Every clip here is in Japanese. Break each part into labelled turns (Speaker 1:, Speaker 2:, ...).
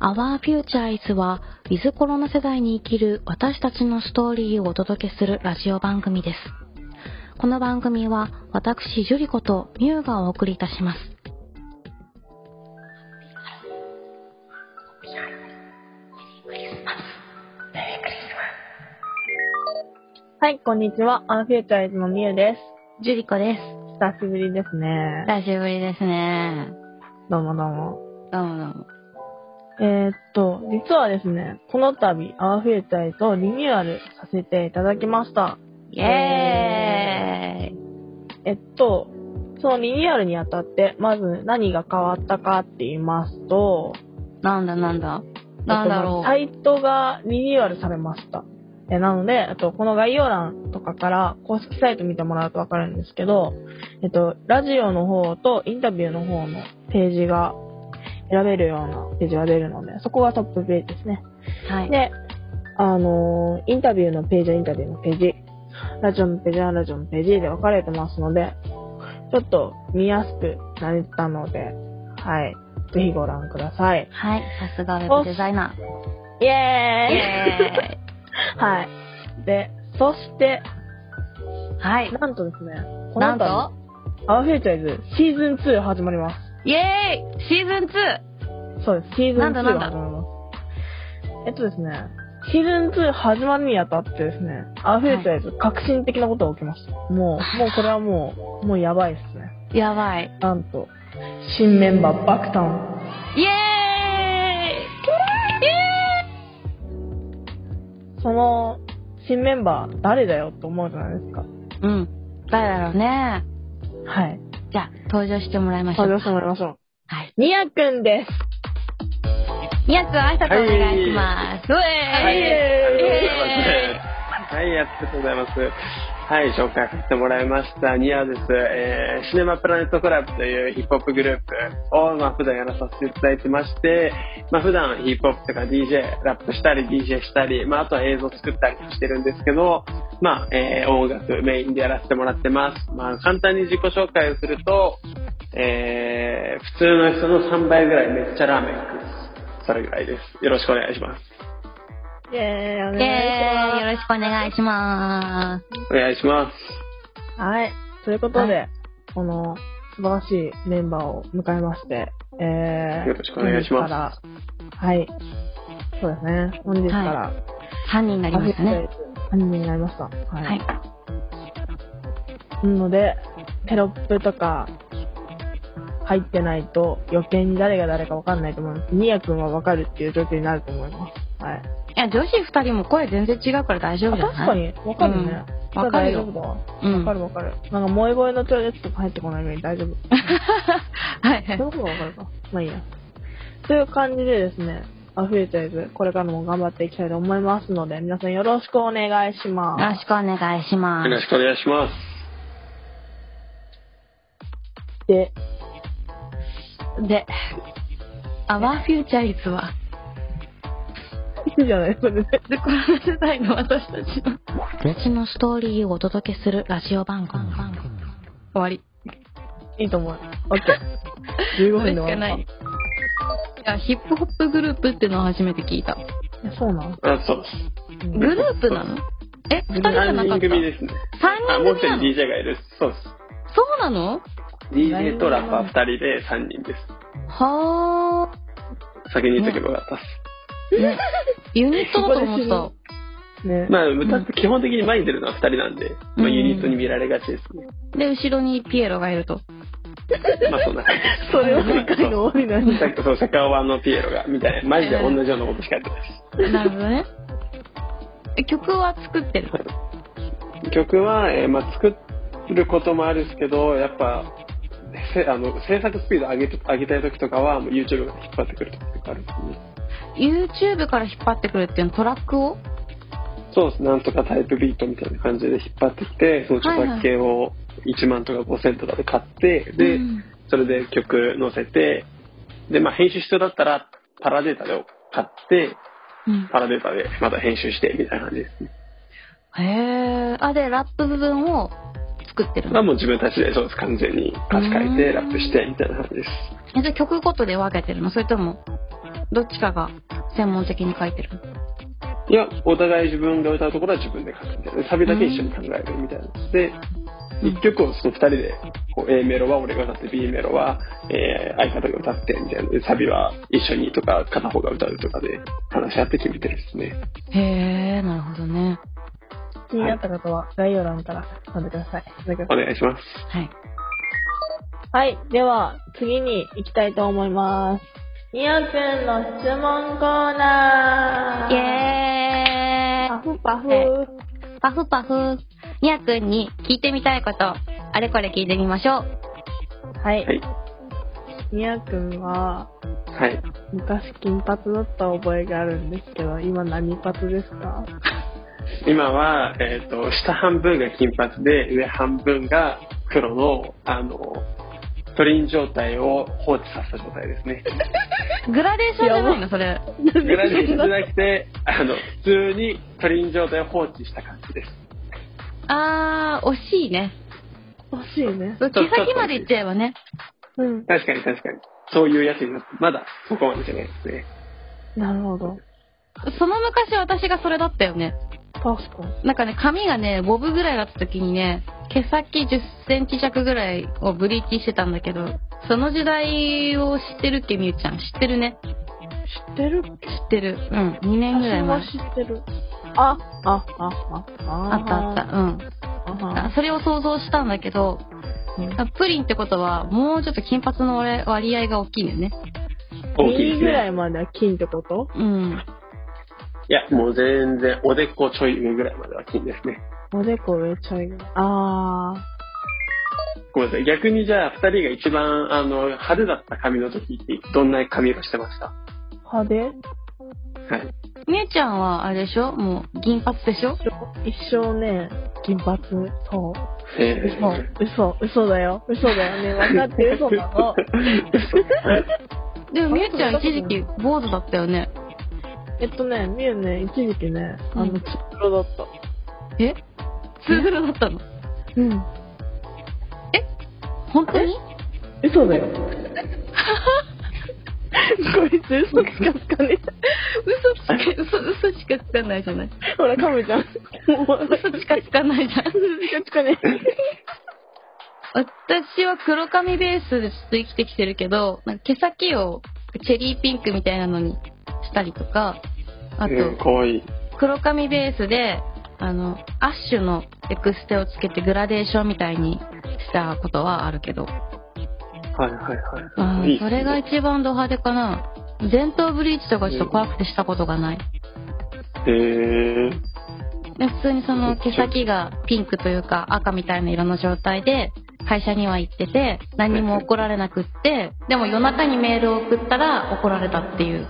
Speaker 1: Our Future is は、ウィズコロナ世代に生きる私たちのストーリーをお届けするラジオ番組です。この番組は、私、ジュリコとミュウがお送りいたします。
Speaker 2: はい、こんにちは。アンフューチャーイズのみゆで
Speaker 1: ジュリコです。
Speaker 2: す。久しぶりですね。
Speaker 1: 久しぶりですね。
Speaker 2: どうもどうも。
Speaker 1: どうもどうも。
Speaker 2: えー、っと、実はですね、この度、アンフューチャーイズをリニューアルさせていただきました。
Speaker 1: イエーイ
Speaker 2: えっと、そのリニューアルにあたって、まず何が変わったかって言いますと、
Speaker 1: なんだなんだなんだろ
Speaker 2: サイトがリニューアルされました。えなので、あと、この概要欄とかから公式サイト見てもらうとわかるんですけど、えっと、ラジオの方とインタビューの方のページが選べるようなページが出るので、そこがトップページですね。
Speaker 1: う。はい。
Speaker 2: で、あのーインタビューのページはインタビューのページ、ラジオのページはラジオのページで分かれてますので、ちょっと見やすくなったので、はい。ぜひご覧ください。
Speaker 1: はい。さすがウェブデザイナー。
Speaker 2: イエー
Speaker 1: イ
Speaker 2: イ
Speaker 1: エ
Speaker 2: はい。で、そして、
Speaker 1: ーイはい。
Speaker 2: なんとですね、こ
Speaker 1: なん
Speaker 2: の度、
Speaker 1: と
Speaker 2: アワフューチャイズシーズン2始まりま
Speaker 1: イエーイシーズン 2!
Speaker 2: す。そうです、シーズン
Speaker 1: な
Speaker 2: 2
Speaker 1: んだ
Speaker 2: 始ま
Speaker 1: なん
Speaker 2: り
Speaker 1: だ
Speaker 2: ます。えっとですね、シーズン2始まるにあたってですね、アワフューチャイズ革新的なことが起きました。もう、もうこれはもう、もうやばいですね。
Speaker 1: やばい。
Speaker 2: なんと、新メンバー爆誕。
Speaker 1: イエー
Speaker 2: その、新メンバー誰だよって思うじゃないですか。
Speaker 1: イイエーイうん。誰だろうね。
Speaker 2: はい。
Speaker 1: じゃあ、登場してもらいましょう。
Speaker 2: 登場してもらいましょう。
Speaker 1: はい。
Speaker 2: ニヤくんです。
Speaker 1: ニヤくん、挨拶お願いします。う
Speaker 3: は
Speaker 1: えーイ
Speaker 3: い、
Speaker 1: エ
Speaker 3: はい、ありがとうございます。はい、紹介させてもらいました。ニアです。えーシネマプラネットクラブというヒップホップグループを、まあ、普段やらさせていただいてまして、まあ、普段ヒップホップとか DJ、ラップしたり DJ したり、まあ、あとは映像作ったりしてるんですけど、まあ、えー音楽メインでやらせてもらってます。まあ、簡単に自己紹介をすると、えー普通の人の3倍ぐらいめっちゃラーメン食うです。それぐらいです。よろしくお願いします。
Speaker 2: イエーイ、お
Speaker 1: ーイ
Speaker 2: 願いします。
Speaker 1: イエーイよろしくお願いしま
Speaker 3: お願いします。
Speaker 2: はい。ということで、
Speaker 1: は
Speaker 2: この素晴らしいメンバーを迎えまして、えー、
Speaker 3: よろしくお願いします
Speaker 2: 本日から。はい。そうですね。本日から、
Speaker 1: す。3人になりましたね。
Speaker 2: アニメになりました。は
Speaker 1: はい。
Speaker 2: なので、テロップとか入ってないと余計に誰が誰かわかんないと思います。ニヤ君はわかるっていう状況になると思います。はい。
Speaker 1: いや、女子2人も声全然違うから大丈
Speaker 2: あ
Speaker 1: 夫じゃ
Speaker 2: 確
Speaker 1: ない
Speaker 2: か。に、わかるね。
Speaker 1: うんわかるよ
Speaker 2: 大丈夫だわ。
Speaker 1: うん
Speaker 2: わかるわかる。なんか、萌え声の超絶とか入ってこないのに大丈夫。
Speaker 1: はい はい
Speaker 2: そ。のことがわかるか。まあいいや。という感じでですね、アフューチャイズ、これからも頑張っていきたいと思いますので、皆さんよろしくお願いしま
Speaker 1: よろしくお願いしま
Speaker 3: よろ
Speaker 1: す。
Speaker 3: しくお願いします。
Speaker 2: す。で、
Speaker 1: で、Our Future is は、
Speaker 2: いいじゃない、それで。
Speaker 1: で、この世代の私たちの。私のストーリーをお届けするラジオ番組。終わり。
Speaker 2: いいと思う。オッケー。15分で終わ
Speaker 1: い。や、ヒップホップグループってのを初めて聞いた。
Speaker 2: るか。そうなの
Speaker 3: あ、そうで
Speaker 1: グループなのえ、二
Speaker 3: す。
Speaker 1: 人じゃなか
Speaker 3: 人
Speaker 1: った
Speaker 3: 組ですね。
Speaker 1: 三
Speaker 3: あ、もう
Speaker 1: 人組
Speaker 3: 一人
Speaker 1: なの
Speaker 3: DJ がいる。そうです。
Speaker 1: そうなの
Speaker 3: DJ とラッパー二人で三人で
Speaker 1: は
Speaker 3: す。先に言っとけばよかったっ
Speaker 1: ー。ね、ユニットだと思ってた。
Speaker 2: ね
Speaker 3: す。。まあ、歌って基本的に前に出るのは二人なんで、まあ、ユニットに見られがちですね。
Speaker 1: で、後ろにピエロがいると。
Speaker 3: まあ、そんな感じです。
Speaker 2: それは世界の終わりなん
Speaker 3: さ
Speaker 2: だ。
Speaker 3: っき そう、世界版のピエロが、みたいな。マジで同じようなことしかやってないです。
Speaker 1: なるほどね。え曲は作ってる。
Speaker 3: 曲は、えーまあ、作ることもあるんですけどやっぱせあの制作スピード上げて上げたい時とかはもう YouTube が引っ張ってくるとかあるんですね
Speaker 1: YouTube から引っ張ってくるっていうのトラックを
Speaker 3: そうですなんとかタイプビートみたいな感じで引っ張ってきてその著作権を1万とか5千とかで買って、で
Speaker 1: うん
Speaker 3: それで曲載せてで、まあ、編集必要だったらパラデータを買って
Speaker 1: うん
Speaker 3: パラデータでまた編集してみたいな感じですね
Speaker 1: へえ。あ、で、ラップ部分を作ってる
Speaker 3: まあ
Speaker 1: の
Speaker 3: もう自分たちでそうです完全に歌詞書いてラップしてみたいな感じです
Speaker 1: えじゃあ曲ごとで分けてるのそれともどっちかが専門的に書いてるの
Speaker 3: いやお互い自分が歌うところは自分で書くみたいなサビだけ一緒に考えるみたいなで
Speaker 1: うん
Speaker 3: 1曲をその2人でこう A メロは俺が歌って B メロは、えー相方が歌ってみたいなでサビは一緒にとか片方が歌うとかで話し合って決めてるんですね
Speaker 1: へえなるほどね
Speaker 2: 気になった方は概要欄から読んでください。読んでくだ
Speaker 3: お
Speaker 2: さい
Speaker 3: 願いします
Speaker 1: はい
Speaker 2: はい。では、次に行きたいと思います。みやくんの質問コーナー
Speaker 1: イ
Speaker 2: ーイ
Speaker 1: エ
Speaker 2: パ
Speaker 1: ー
Speaker 2: フパフ、
Speaker 1: はいイパフパフみやくんに聞いてみたいことあれこれ聞いてみましょう
Speaker 2: はい
Speaker 3: はい
Speaker 2: みやくんは、
Speaker 3: はい
Speaker 2: 昔金髪だった覚えがあるんですけど、今何髪ですか
Speaker 3: 今は、えっと下半分が金髪で上半分が黒のあのトリン状態を放置させた状態ですね
Speaker 1: グラデーションじゃないのそれ
Speaker 3: グラデーションじゃなくてあの普通にトリン状態を放置した感じです
Speaker 1: あー惜しいね
Speaker 2: 欲しいね。
Speaker 1: 毛先まで行っちゃえばね
Speaker 2: うん。
Speaker 3: 確かに確かにそういうやつになってまだそこまでじゃないですね
Speaker 2: なるほど。
Speaker 1: その昔私がそれだったよね
Speaker 2: 確かに。
Speaker 1: なんかね髪がねボブぐらいだった時にね毛先1 0センチ弱ぐらいをブリーチしてたんだけどその時代を知ってるっけみゆちゃん知ってるね
Speaker 2: 知ってる
Speaker 1: 知ってるうん2年ぐらい前
Speaker 2: 私は知ってる。あ、あ、あ、あ、あ
Speaker 1: あったあったうん
Speaker 2: あ
Speaker 1: あそれを想像したんだけどあプリンってことはもうちょっと金髪の割割合が大きいよね
Speaker 3: 大きいです
Speaker 2: ぐら
Speaker 3: ね
Speaker 2: いまでは金ってこと
Speaker 1: うん
Speaker 3: いやもう全然おでこちょい上ぐらいまでは金ですね
Speaker 2: おでこ上ちょいぐらい。あ
Speaker 3: ごめんなさい逆にじゃあ2人が一番あの派手だった髪の時ってどんな髪をしてました
Speaker 2: ー、派手
Speaker 3: はい
Speaker 1: みゆちゃんはあれでしょもう銀髪でしょ
Speaker 2: 一生ね、金髪。そう。
Speaker 3: えー
Speaker 2: 嘘、嘘、嘘だよ。嘘だよね。分かって嘘なの。
Speaker 1: でもみゆちゃん一時期坊主だったよね
Speaker 2: えっとね、みゆね、一時期ね、あ
Speaker 1: う
Speaker 2: の、
Speaker 1: ん
Speaker 2: ツ黒だった。
Speaker 1: えツーブルだったの
Speaker 2: うん。
Speaker 1: 本当に
Speaker 2: 嘘だよ。 こいつ嘘つかつかね
Speaker 1: 嘘つけ、嘘、嘘しかつかないじゃない。
Speaker 2: え。ほら、かむじゃん。もう、
Speaker 1: 嘘しかつかないじゃん。
Speaker 2: 嘘つかつかね
Speaker 1: 私は黒髪ベースでちょっと生きてきてるけど、なんか毛先をチェリーピンクみたいなのにしたりとか、あと、
Speaker 3: うん、かわいい。
Speaker 1: 黒髪ベースで、あの、アッシュのエクステをつけてグラデーションみたいにしたことはあるけど、
Speaker 3: はいはい
Speaker 1: あ
Speaker 3: は
Speaker 1: ー
Speaker 3: い。いいっす
Speaker 1: そ
Speaker 3: ね
Speaker 1: れが一番ド派手かな。前頭ブリーチとかちょっと怖くてしたことがない。
Speaker 3: へえー。
Speaker 1: で普通にその毛先がピンクというか赤みたいな色の状態で会社には行ってて何も怒られなくってでも夜中にメールを送ったら怒られたって いう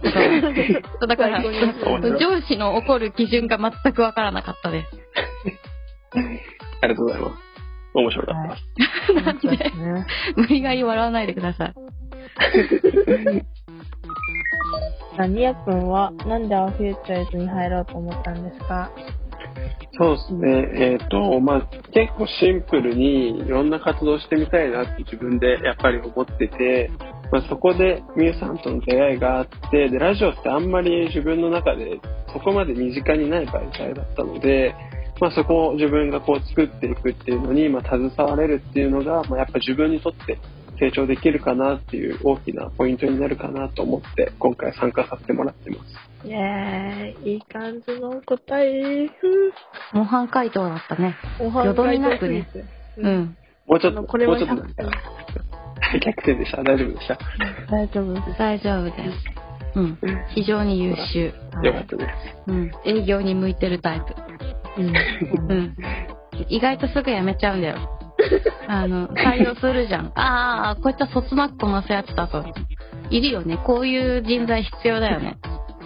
Speaker 1: ことだから
Speaker 2: 最高
Speaker 3: です
Speaker 1: 上司の怒る基準が全くわからなかったです
Speaker 3: ありがとうございます。面白かった。
Speaker 1: なん で無理がり笑わないでください
Speaker 2: さあ、ニヤくんは、なんでアフューチャイズに入ろうと思ったんですか
Speaker 3: そうですね。えっ、と、まあ、結構シンプルにいろんな活動してみたいなって自分でやっぱり思ってて、まあ、そこでみゆさんとの出会いがあって、で、ラジオってあんまり自分の中でそこまで身近にない媒体だったので、まあ、そこを自分がこう作っていくっていうのに、まあ、携われるっていうのが、まあ、やっぱ自分にとって成長できるかなっていう大きなポイントになるかなと思って、今回参加させてもらってます。
Speaker 2: イェーイ、いい感じの答え。
Speaker 1: 模範解答だったね
Speaker 2: お
Speaker 1: よどみなくね
Speaker 2: 考えて
Speaker 1: う
Speaker 2: うん
Speaker 1: ん
Speaker 3: もうちょっと、
Speaker 2: あのこれは
Speaker 3: もうちょっとなんか、逆転でした。大丈夫でした。
Speaker 2: 大丈夫です。
Speaker 1: 大丈夫ですうん非常に優秀、
Speaker 3: よかったです。
Speaker 1: うん、営業に向いてるタイプ
Speaker 2: うん
Speaker 1: うん。意外とすぐ辞めちゃうん だよ。あの、採用するじゃん。ああ、こういったそつなくこなすやつだと。いるよね。こういう人材必要だよね。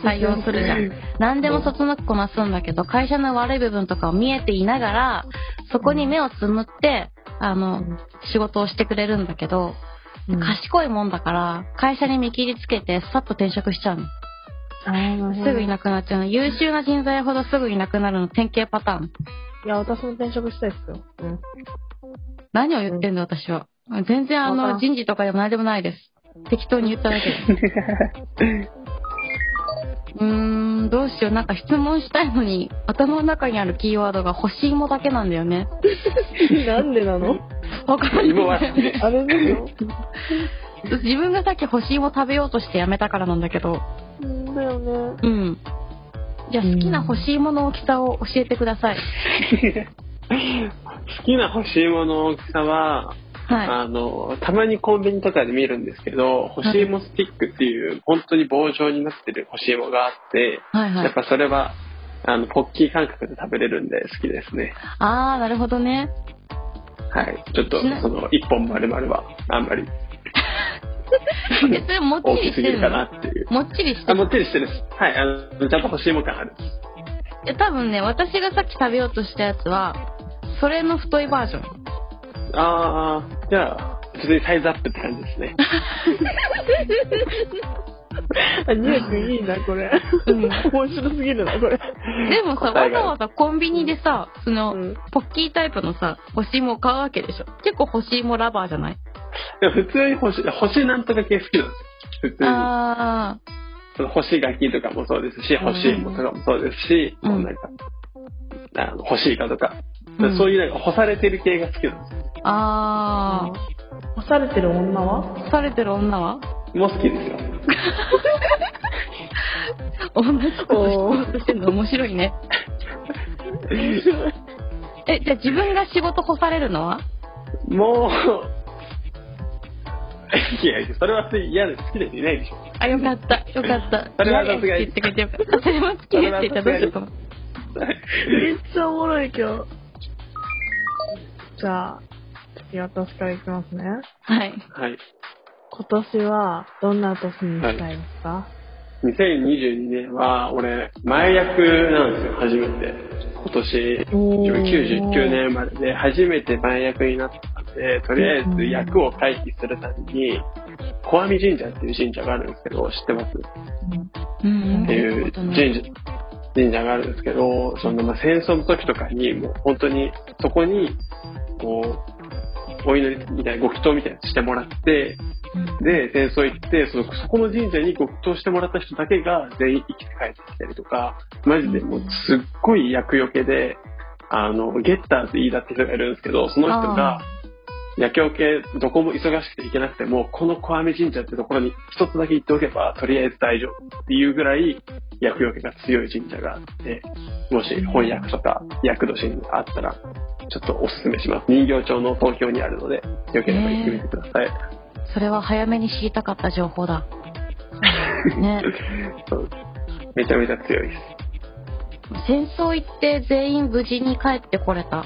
Speaker 1: 採用するじゃん。何でもそつなくこなすんだけど、会社の悪い部分とかを見えていながら、そこに目をつむって、あの、仕事をしてくれるんだけど、
Speaker 2: うん
Speaker 1: 賢いもんだから、会社に見切りつけて、さっと転職しちゃうの。
Speaker 2: あーなるほど
Speaker 1: すぐいなくなっちゃうの。優秀な人材ほどすぐいなくなるの典型パターン。
Speaker 2: いや、私も転職したいですよ。うん。
Speaker 1: 何を言ってんの、私は。全然、あ
Speaker 2: わから
Speaker 1: の、
Speaker 2: ん
Speaker 1: 人事とかでも何でもないです。適当に言っただけ です。うーん、どうしよう。なんか質問したいのに、頭の中にあるキーワードが欲しいもだけなんだよね。
Speaker 2: なんでなの
Speaker 1: わかんないん
Speaker 3: 芋は
Speaker 1: だよ
Speaker 3: 好き
Speaker 1: ね。
Speaker 3: です。
Speaker 2: あれですよ。
Speaker 1: 自分がさっき干し芋食べようとしてやめたからなんだけど。
Speaker 2: うんだよね。
Speaker 1: うん。じゃあ好きな干し芋の大きさを教えてください。
Speaker 3: 好きな欲しいものの大きさは、
Speaker 1: は
Speaker 3: あの、たまにコンビニとかで見るんですけど、干し芋スティックっていう、本当に棒状になってる干し芋があって、
Speaker 1: い。はいは
Speaker 3: やっ
Speaker 1: い。
Speaker 3: ぱそれは、あの、ポッキー感覚で食べれるんで好きですね。
Speaker 1: あー、なるほどね。
Speaker 3: はい。ちょっと
Speaker 1: ちな、
Speaker 3: その、一本丸々は、あんまり
Speaker 1: え、それもっ
Speaker 3: 大
Speaker 1: ちりし
Speaker 3: きす
Speaker 1: て
Speaker 3: ぎ
Speaker 1: る
Speaker 3: るか
Speaker 1: の
Speaker 3: なっていう。
Speaker 1: もっちりして
Speaker 3: あ、
Speaker 1: る
Speaker 3: もっちりしてるです。はい。あの、ちゃんと欲しいも感ある。
Speaker 1: え多分ね私がさっき食べようとしたやつはそれの太いバージョン
Speaker 3: ああ、じゃあ、普通にサイズアップって感じですね。
Speaker 2: あ、ジュエ君いいな、これ。
Speaker 1: うん
Speaker 2: 面白すぎるな、これ。
Speaker 1: でもさ
Speaker 3: 答
Speaker 1: わ
Speaker 3: え
Speaker 1: ざ
Speaker 3: が
Speaker 1: わざコンビニでさその、
Speaker 2: うん
Speaker 1: ポッキータイプのさ干し芋買うわけでしょ結構干し芋ラバーじゃない
Speaker 3: でも普通に欲しい、欲しいなんとか系好きなんですよ。普通に。
Speaker 1: ああ
Speaker 3: その干し柿とかもそうですし、干し芋とかもそうですし、
Speaker 1: うん
Speaker 3: もうなんか、あの、干しイカとか、
Speaker 1: うん
Speaker 3: そういうなんか干されてる系が好きなんですよ。
Speaker 1: あ
Speaker 2: 干されてる女は
Speaker 1: あされてる女は
Speaker 3: もう好きですよ。
Speaker 1: 同じこと質問してんの面白いねえじゃあ自分が仕事干されるのは
Speaker 3: もう、 いやいや、それは嫌です。好きです。いないでしょ。
Speaker 1: あよかったよかった
Speaker 3: それは
Speaker 1: 嫌ですって言ってくれてよかったそれは好きですって言ったらどうしようと思った
Speaker 2: めっちゃおもろい、今日。じゃあ、次私からいきますね。
Speaker 1: はい
Speaker 3: はい。
Speaker 2: 今年は、どんな年にしたいですか、
Speaker 3: 2022年は、俺、前役なんですよ、初めて。今年、
Speaker 2: おー
Speaker 3: 99年生まれで、初めて前役になったんで、とりあえず役を回避するために、小網神社っていう神社があるんですけど、知ってます
Speaker 1: うん
Speaker 3: っていう神社、神社があるんですけど、そのまあ戦争の時とかに、もう本当にそこに、こう、お祈りみたいな、ご祈祷みたいなのしてもらって、で、戦争行って、そのそこの神社にご祈祷してもらった人だけが全員生きて帰ってきたりとか、マジでもうすっごい厄除けで、あの、ゲッターズ飯田って人がいるんですけど、その人
Speaker 1: あ
Speaker 3: が、夜行系どこも忙しくて行けなくても、この小網神社ってところに一つだけ行っておけば、とりあえず大丈夫っていうぐらい、厄除けが強い神社があって、もし翻訳とか、厄年にあったら、ちょっとおすすめします。人形町の東京にあるので、よければ行ってみてください。
Speaker 1: それは早めに知りたかった情報だ。ね、
Speaker 3: そうめちゃめちゃ強いです。
Speaker 1: 戦争行って全員無事に帰ってこれたっ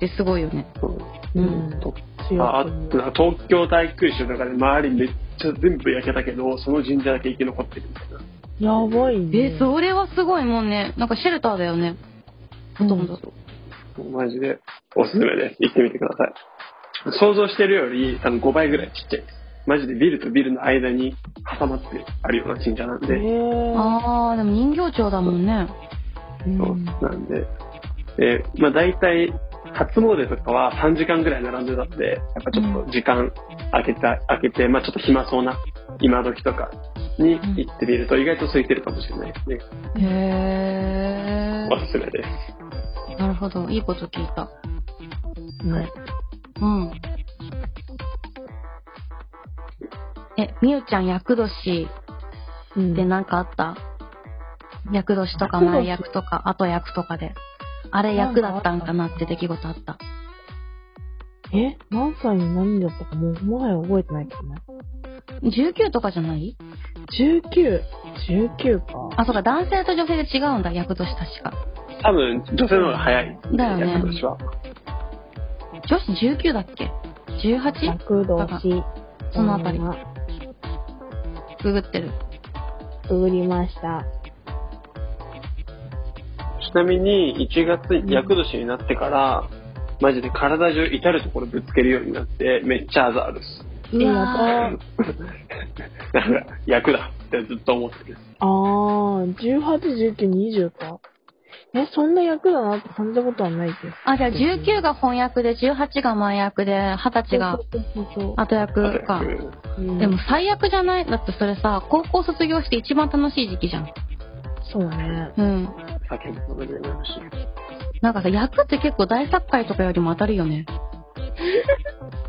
Speaker 1: てすごいよね。
Speaker 3: そう
Speaker 1: うん。
Speaker 3: と
Speaker 2: 強
Speaker 3: ああ
Speaker 2: く
Speaker 3: となんか東京大空襲とかで周りめっちゃ全部焼けたけど、その神社だけ生き残ってるみたいな。
Speaker 2: やばいね。
Speaker 1: え、それはすごいもんね。なんかシェルターだよね。ほとんど。
Speaker 3: マジでおすすめです。行ってみてください。想像してるより多分5倍ぐらいちっちゃいです。マジでビルとビルの間に挟まってあるような神社なんで、
Speaker 2: へー
Speaker 1: あー、でも人形町だもんね。
Speaker 3: そうなんで、えーまあ大体初詣とかは3時間ぐらい並んでたんで、やっぱちょっと時間空けた、空けて、まあちょっと暇そうな今時とかに行ってみると意外と空いてるかもしれないですね。
Speaker 1: へ
Speaker 3: おすすめです。
Speaker 1: ー。なるほど。いいこと聞いた。
Speaker 2: ね。
Speaker 1: うん。え、みゆちゃん、厄年
Speaker 2: うん
Speaker 1: でなんかあった役年とか
Speaker 2: 厄年
Speaker 1: 前役とか、あと役とかで。あれ役だったんかなって出来事あった。
Speaker 2: え何歳に何だったかもう、もはや覚えてないけどね。
Speaker 1: 19とかじゃない
Speaker 2: 19。19か。
Speaker 1: あ、そうか、男性と女性で違うんだ、役年確か。
Speaker 3: 多分女性の方が早い。
Speaker 1: だよね
Speaker 3: 厄年は。
Speaker 1: 女子19だっけ ?18?
Speaker 2: 躍動し、
Speaker 1: そのあたり
Speaker 2: が
Speaker 1: ググってる。
Speaker 2: くぐりました。
Speaker 3: ちなみに1月に厄年になってから、マジで体中至るところぶつけるようになって、めっちゃあざあるっす。
Speaker 1: うわー
Speaker 2: ま
Speaker 3: なんか、役だってずっと思ってる。
Speaker 2: た、あー、18、19、20か。え、そんな役だなって感じたことはないけど。
Speaker 1: あ、じゃあ19が翻訳で、18が前役で、20歳が
Speaker 2: そうそうそう
Speaker 1: 後役か。
Speaker 2: そう。うん
Speaker 1: でも、最悪じゃないだってそれさ、高校卒業して一番楽しい時期じゃん。
Speaker 2: そうだね。
Speaker 1: うん。
Speaker 3: 酒も飲めるようになるし。
Speaker 1: なんかさ、役って結構大作界とかよりも当たるよ ね。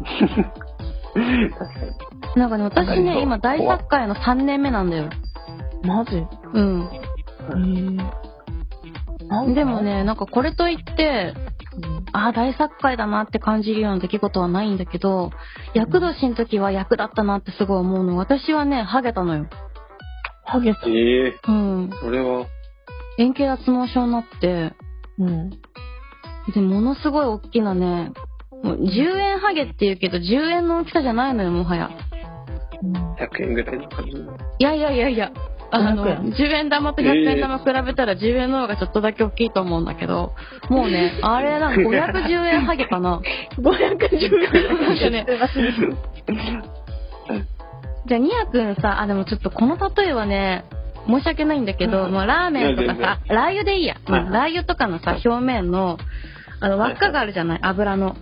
Speaker 3: 確かに。
Speaker 1: なんかね、
Speaker 3: 当た
Speaker 1: 私
Speaker 3: りそう
Speaker 1: ね、今大作界の3年目なんだよ。
Speaker 2: マジ
Speaker 1: うん。
Speaker 2: えーなんか
Speaker 1: でも、ね、なんかこれといって、
Speaker 2: うん
Speaker 1: ああ、大作界だなって感じるような出来事はないんだけど、役年の時は役だったなってすごい思うの。私はね、ハゲたのよ。
Speaker 2: ハゲた。
Speaker 3: ええ
Speaker 1: うん。
Speaker 3: それは、
Speaker 1: 円形脱毛症になって、
Speaker 2: うん。
Speaker 1: で、ものすごい大きなね、もう10円ハゲって言うけど、10円の大きさじゃないのよ、もはや。
Speaker 2: うん
Speaker 3: 100円ぐ らいの感じ。
Speaker 1: いやいやいやいや。あの、
Speaker 2: 500円
Speaker 1: 10円玉と100円玉比べたら10円の方がちょっとだけ大きいと思うんだけど、もうね、あれなん か510円ハゲかな。なんか
Speaker 2: 510
Speaker 1: ね
Speaker 2: 円。
Speaker 1: じゃあ、ニアくんさ、あ、でもちょっとこの例えはね、申し訳ないんだけど、
Speaker 2: うん
Speaker 1: まあラーメンとか
Speaker 3: いや
Speaker 1: さ、ラー油でいいや。うん
Speaker 3: はいはい
Speaker 1: ラー油とかのさ、表面の、あの、輪っかがあるじゃない油の。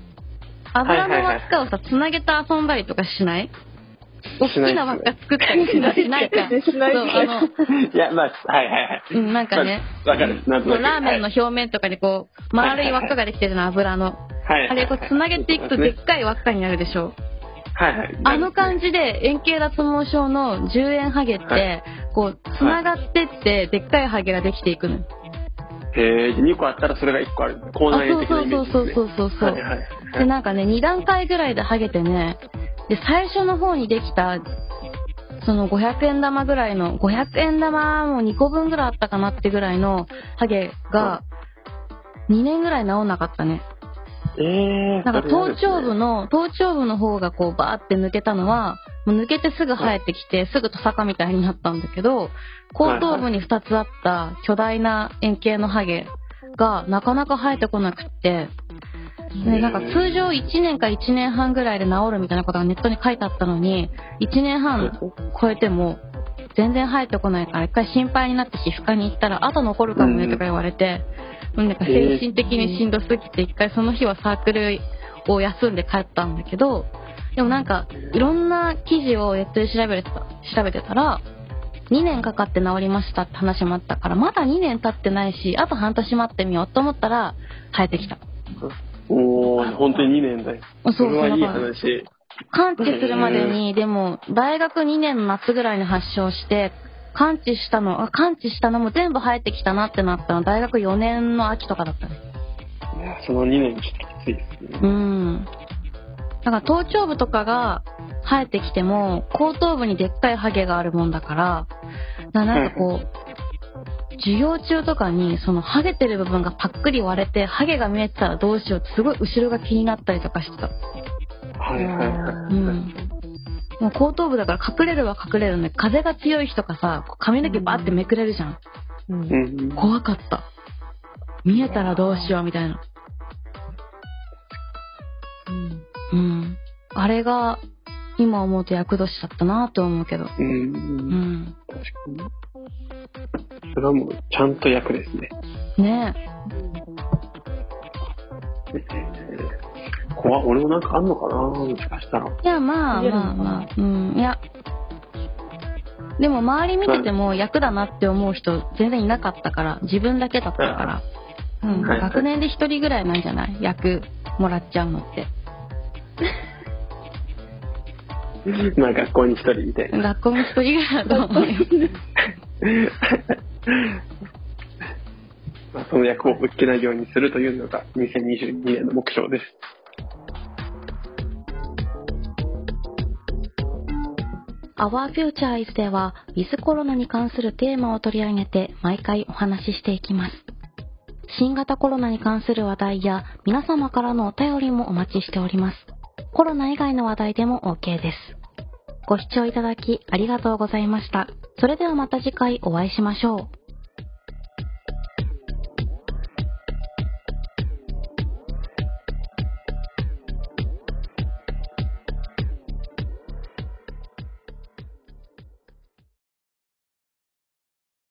Speaker 1: 油の輪っかをさ、つなげて遊んだりとかしないお好きな輪っか作ったりしないしないか。
Speaker 2: しない
Speaker 1: そう、あの、
Speaker 3: いや、まあ、はいはいはい。
Speaker 1: うん、なんかね。
Speaker 3: わかる。なんと
Speaker 1: そ
Speaker 3: な
Speaker 1: うラ
Speaker 3: く
Speaker 1: ーメンの表面とかにこう、
Speaker 3: はい
Speaker 1: 丸い輪っかができてるの、油の。
Speaker 3: はいはい
Speaker 1: あれこう、つなげていくとでっかい輪っかになるでしょ。
Speaker 3: はいはい。
Speaker 1: あの感じで、円形脱毛症の10円ハゲっ
Speaker 3: は
Speaker 1: て、こう、つながってって、でっかいハゲができていくのよ。
Speaker 3: へえ、2個あったらそれが1個ある。口
Speaker 1: あ
Speaker 3: 内炎的なイメージ
Speaker 1: そう
Speaker 3: ですね。
Speaker 1: そうそうそうそうそう
Speaker 3: はいはいはい。
Speaker 1: で、なんかね、2段階ぐらいでハゲてね、で、最初の方にできた、その500円玉ぐらいの、500円玉も2個分ぐらいあったかなってぐらいのハゲが、2年ぐらい治んなかったね。
Speaker 3: えー
Speaker 1: なんか頭頂部の、
Speaker 3: の。
Speaker 1: 頭頂部の方がこうバーって抜けたのは、もう抜けてすぐ生えてきて、すぐトサカみたいになったんだけど、後頭部に2つあった巨大な円形のハゲがなかなか生えてこなくって、ね、なんか通常1年か1年半ぐらいで治るみたいなことがネットに書いてあったのに、1年半超えても全然生えてこないから、一回心配になって皮膚科に行ったら、あと残るかもねとか言われて、もうなんか精神的にしんどすぎて、一回その日はサークルを休んで帰ったんだけど、でもなんか、いろんな記事をネットで調べてた調べてたら、2年かかって治りましたって話もあったから、まだ2年経ってないし、あと半年待ってみようと思ったら、生えてきた。
Speaker 3: おー、本当に2年だよ。
Speaker 1: そう
Speaker 3: れはいい
Speaker 1: だから
Speaker 3: 話。
Speaker 1: 完治するまでに、でも、大学2年の夏ぐらいに発症して、完治したの、あ完治したのも全部生えてきたなってなったの、大学4年の秋とかだったね。
Speaker 3: いやその2年ちょっときついですね。
Speaker 1: うん。だから頭頂部とかが生えてきても、後頭部にでっかいハゲがあるもんだから、だからなんかこう、授業中とかに、そのハゲてる部分がパックリ割れて、ハゲが見えてたらどうしようって、すごい後ろが気になったりとかしてた。
Speaker 3: はいはいは
Speaker 1: う
Speaker 3: い。
Speaker 1: ん。もう後頭部だから隠れるは隠れるんで、風が強い日とかさ、こう髪の毛バーってめくれるじゃん。
Speaker 2: うん
Speaker 3: う。ん。
Speaker 1: 怖かった。見えたらどうしようみたいな。
Speaker 2: うん
Speaker 1: うん。あれが、今思うと厄年だったなと思うけど。
Speaker 3: う。
Speaker 1: うんん。
Speaker 3: 確かに。それはもう、ちゃんと役ですね。
Speaker 1: ね
Speaker 3: えー怖っ俺もなんかあんのかなもしかしたら。
Speaker 1: え。いや、まあまあまあ。うん。いや。でも周り見てても役だなって思う人全然いなかったから、自分だけだったから。うん。
Speaker 3: はい
Speaker 1: 学年で一人ぐらいなんじゃない役もらっちゃうのって。
Speaker 3: まあ学校に一人みたいな。
Speaker 1: 学校も一人ぐらいだと思うよ。
Speaker 3: まあその役を受けないようにするというのが2022年の目標です。
Speaker 4: Our Future is では、ウィズコロナに関するテーマを取り上げて、毎回お話ししていきます。新型コロナに関する話題や、皆様からのお便りもお待ちしております。コロナ以外の話題でも OK です。ご視聴いただきありがとうございました。それではまた次回お会いしましょう。